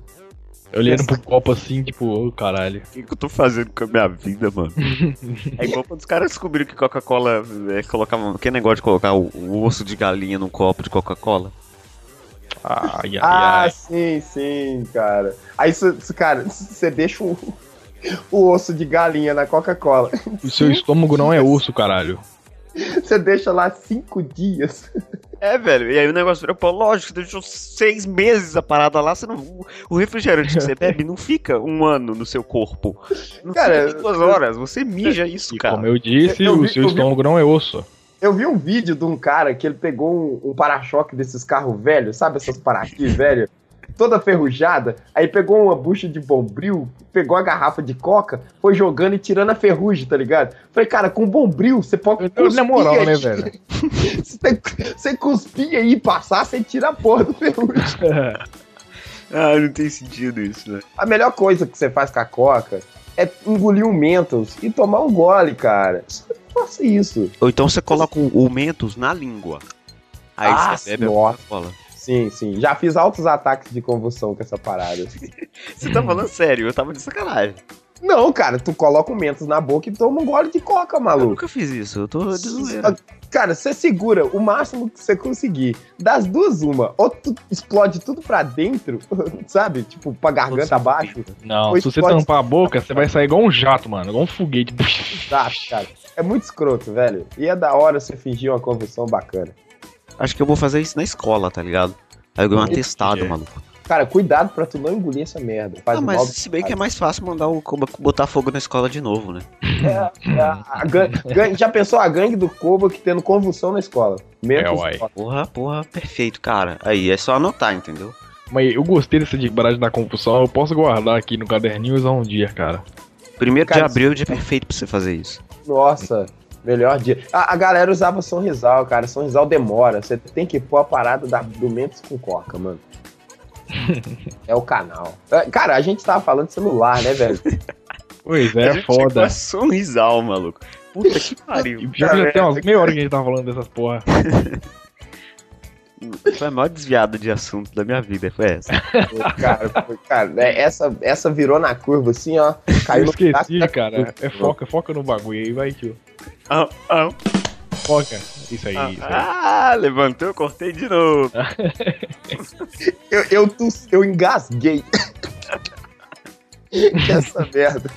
Speaker 2: Olhando pro copo assim, tipo, ô caralho.
Speaker 4: O que, que eu tô fazendo com a minha vida, mano? É igual quando os caras descobriram que Coca-Cola é, colocava. Aquele negócio de colocar o, o osso de galinha num copo de Coca-Cola.
Speaker 2: Ai, ai,
Speaker 3: Ah, sim, sim, cara. Aí, cê- cê- cara, você deixa o, o osso de galinha na Coca-Cola.
Speaker 2: O seu estômago não é osso, caralho.
Speaker 3: Você deixa lá cinco dias.
Speaker 4: É, velho. E aí o negócio virou, pô, lógico, você deixou seis meses a parada lá, você não. O refrigerante que você bebe não fica um ano no seu corpo. Não
Speaker 3: Cara,
Speaker 4: fica nem duas horas. Você mija isso, cara.
Speaker 2: Como eu disse,
Speaker 3: Eu- eu
Speaker 2: o
Speaker 3: vi-
Speaker 2: seu
Speaker 3: eu vi-
Speaker 2: estômago não é osso.
Speaker 3: Eu vi um vídeo de um cara que ele pegou um, um para-choque desses carros velhos, sabe essas paraquis velhas? Toda ferrujada, aí pegou uma bucha de bombril, pegou a garrafa de coca, foi jogando e tirando a ferrugem, tá ligado? Falei, cara, com bombril você pode.
Speaker 2: Na moral, né,
Speaker 3: aí.
Speaker 2: velho?
Speaker 3: Você, você cuspia e passar, você tira a porra do ferrugem.
Speaker 4: Ah, não tem sentido isso, né?
Speaker 3: A melhor coisa que você faz com a coca é engolir um Mentos e tomar um gole, cara. Faça isso.
Speaker 4: Ou então você coloca o, o Mentos na língua. Aí
Speaker 3: Ah,
Speaker 4: você bebe a
Speaker 3: nossa.
Speaker 4: Coca-Cola.
Speaker 3: Sim, sim. Já fiz altos ataques de convulsão com essa parada.
Speaker 4: Você tá falando sério, eu tava de sacanagem.
Speaker 3: Não, cara, tu coloca um Mentos na boca e toma um gole de coca,
Speaker 4: Eu
Speaker 3: maluco.
Speaker 4: nunca fiz isso, eu tô de zoeira.
Speaker 3: tá Cara, você segura o máximo que você conseguir. Das duas, uma. Ou tu explode tudo pra dentro, sabe? Tipo, pra garganta abaixo.
Speaker 2: Não,
Speaker 3: Pois
Speaker 2: se você
Speaker 3: pode-
Speaker 2: tampar a boca, você vai sair igual um jato, mano. Igual um foguete.
Speaker 3: Exato, cara. É muito escroto, velho. E é da hora você fingir uma convulsão bacana.
Speaker 4: Acho que eu vou fazer isso na escola, tá ligado? Aí eu ganho um atestado,
Speaker 2: é.
Speaker 4: maluco.
Speaker 3: Cara, cuidado pra tu não engolir essa merda. Faz
Speaker 4: Ah,
Speaker 3: mal
Speaker 4: mas
Speaker 3: pro
Speaker 4: se bem que é
Speaker 3: cara.
Speaker 4: mais fácil mandar o botar fogo na escola de novo, né?
Speaker 3: É, a gan- gan- já pensou a gangue do Kobo que tendo convulsão na escola? Menos
Speaker 2: É, uai.
Speaker 3: escola.
Speaker 4: Porra, porra, perfeito, cara. Aí é só anotar, entendeu?
Speaker 2: Mas eu gostei dessa de barragem da confusão. Eu posso guardar aqui no caderninho e usar um dia, cara.
Speaker 4: Primeiro de
Speaker 3: Cara,
Speaker 4: abril é o dia perfeito pra você fazer isso.
Speaker 3: Nossa, melhor dia. A, a galera usava São Rizal, cara. São Rizal demora. Você tem que pôr a parada da, do Mentos com Coca, mano. É o canal. É, Cara, a gente tava falando de celular, né, velho?
Speaker 2: Pois
Speaker 4: A
Speaker 2: é,
Speaker 4: gente chegou a
Speaker 2: foda.
Speaker 4: Sorrisal, maluco. Puta que
Speaker 2: E
Speaker 4: pariu.
Speaker 2: Já já tem umas meia hora que a gente tá falando dessas porra.
Speaker 4: Foi a maior desviada de assunto da minha vida, foi essa.
Speaker 3: Cara, foi- cara é, essa, essa virou na curva assim, ó.
Speaker 2: Eu
Speaker 3: Caiu no buraco
Speaker 2: esqueci,
Speaker 3: da-
Speaker 2: cara. É foca, foca no bagulho aí, vai, tio.
Speaker 4: Ah, ah,
Speaker 2: Foca. Isso aí,
Speaker 4: ah,
Speaker 2: isso aí.
Speaker 4: ah, levantou, cortei de novo.
Speaker 3: Eu, eu, tus- eu engasguei. que essa merda.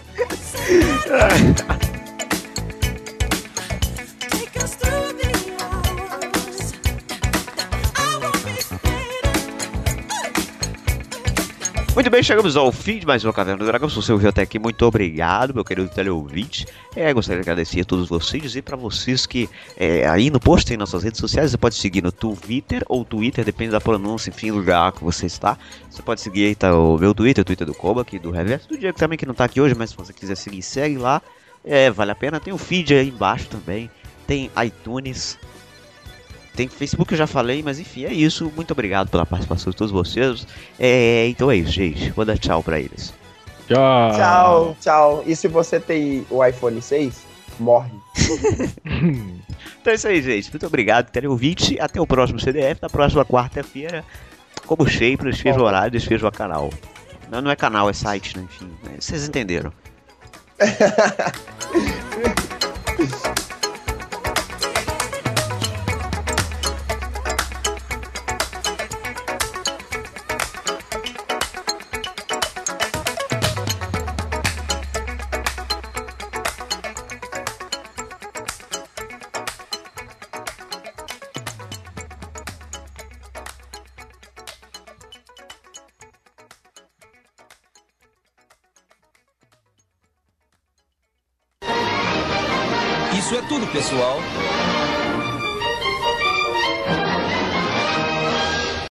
Speaker 4: Muito bem, chegamos ao fim de mais uma Caverna do Dragão. Se você ouviu até aqui, muito obrigado, meu querido teleouvinte. É, gostaria de agradecer a todos vocês e para vocês que é, aí no post em nossas redes sociais, você pode seguir no Twitter ou Twitter, depende da pronúncia, enfim, do lugar que você está. Você pode seguir aí, tá, o meu Twitter, o Twitter do Koba, aqui do Reverso, do Diego também, que não tá aqui hoje, mas se você quiser seguir, segue lá. É, vale a pena. Tem o feed aí embaixo também. Tem iTunes. Tem Facebook, eu já falei, mas enfim, é isso. Muito obrigado pela participação de todos vocês. É, então é isso, gente. Vou dar tchau pra eles.
Speaker 2: Tchau.
Speaker 3: Tchau, tchau. E se você tem o iPhone 6, morre.
Speaker 4: Então é isso aí, gente. Muito obrigado, terem ouvinte. Até o próximo CDF, na próxima quarta-feira. Como sempre, desfejo horário, desfejo a canal. Não, não é canal, é site, né? enfim. né? Vocês entenderam.
Speaker 8: Isso é tudo, pessoal.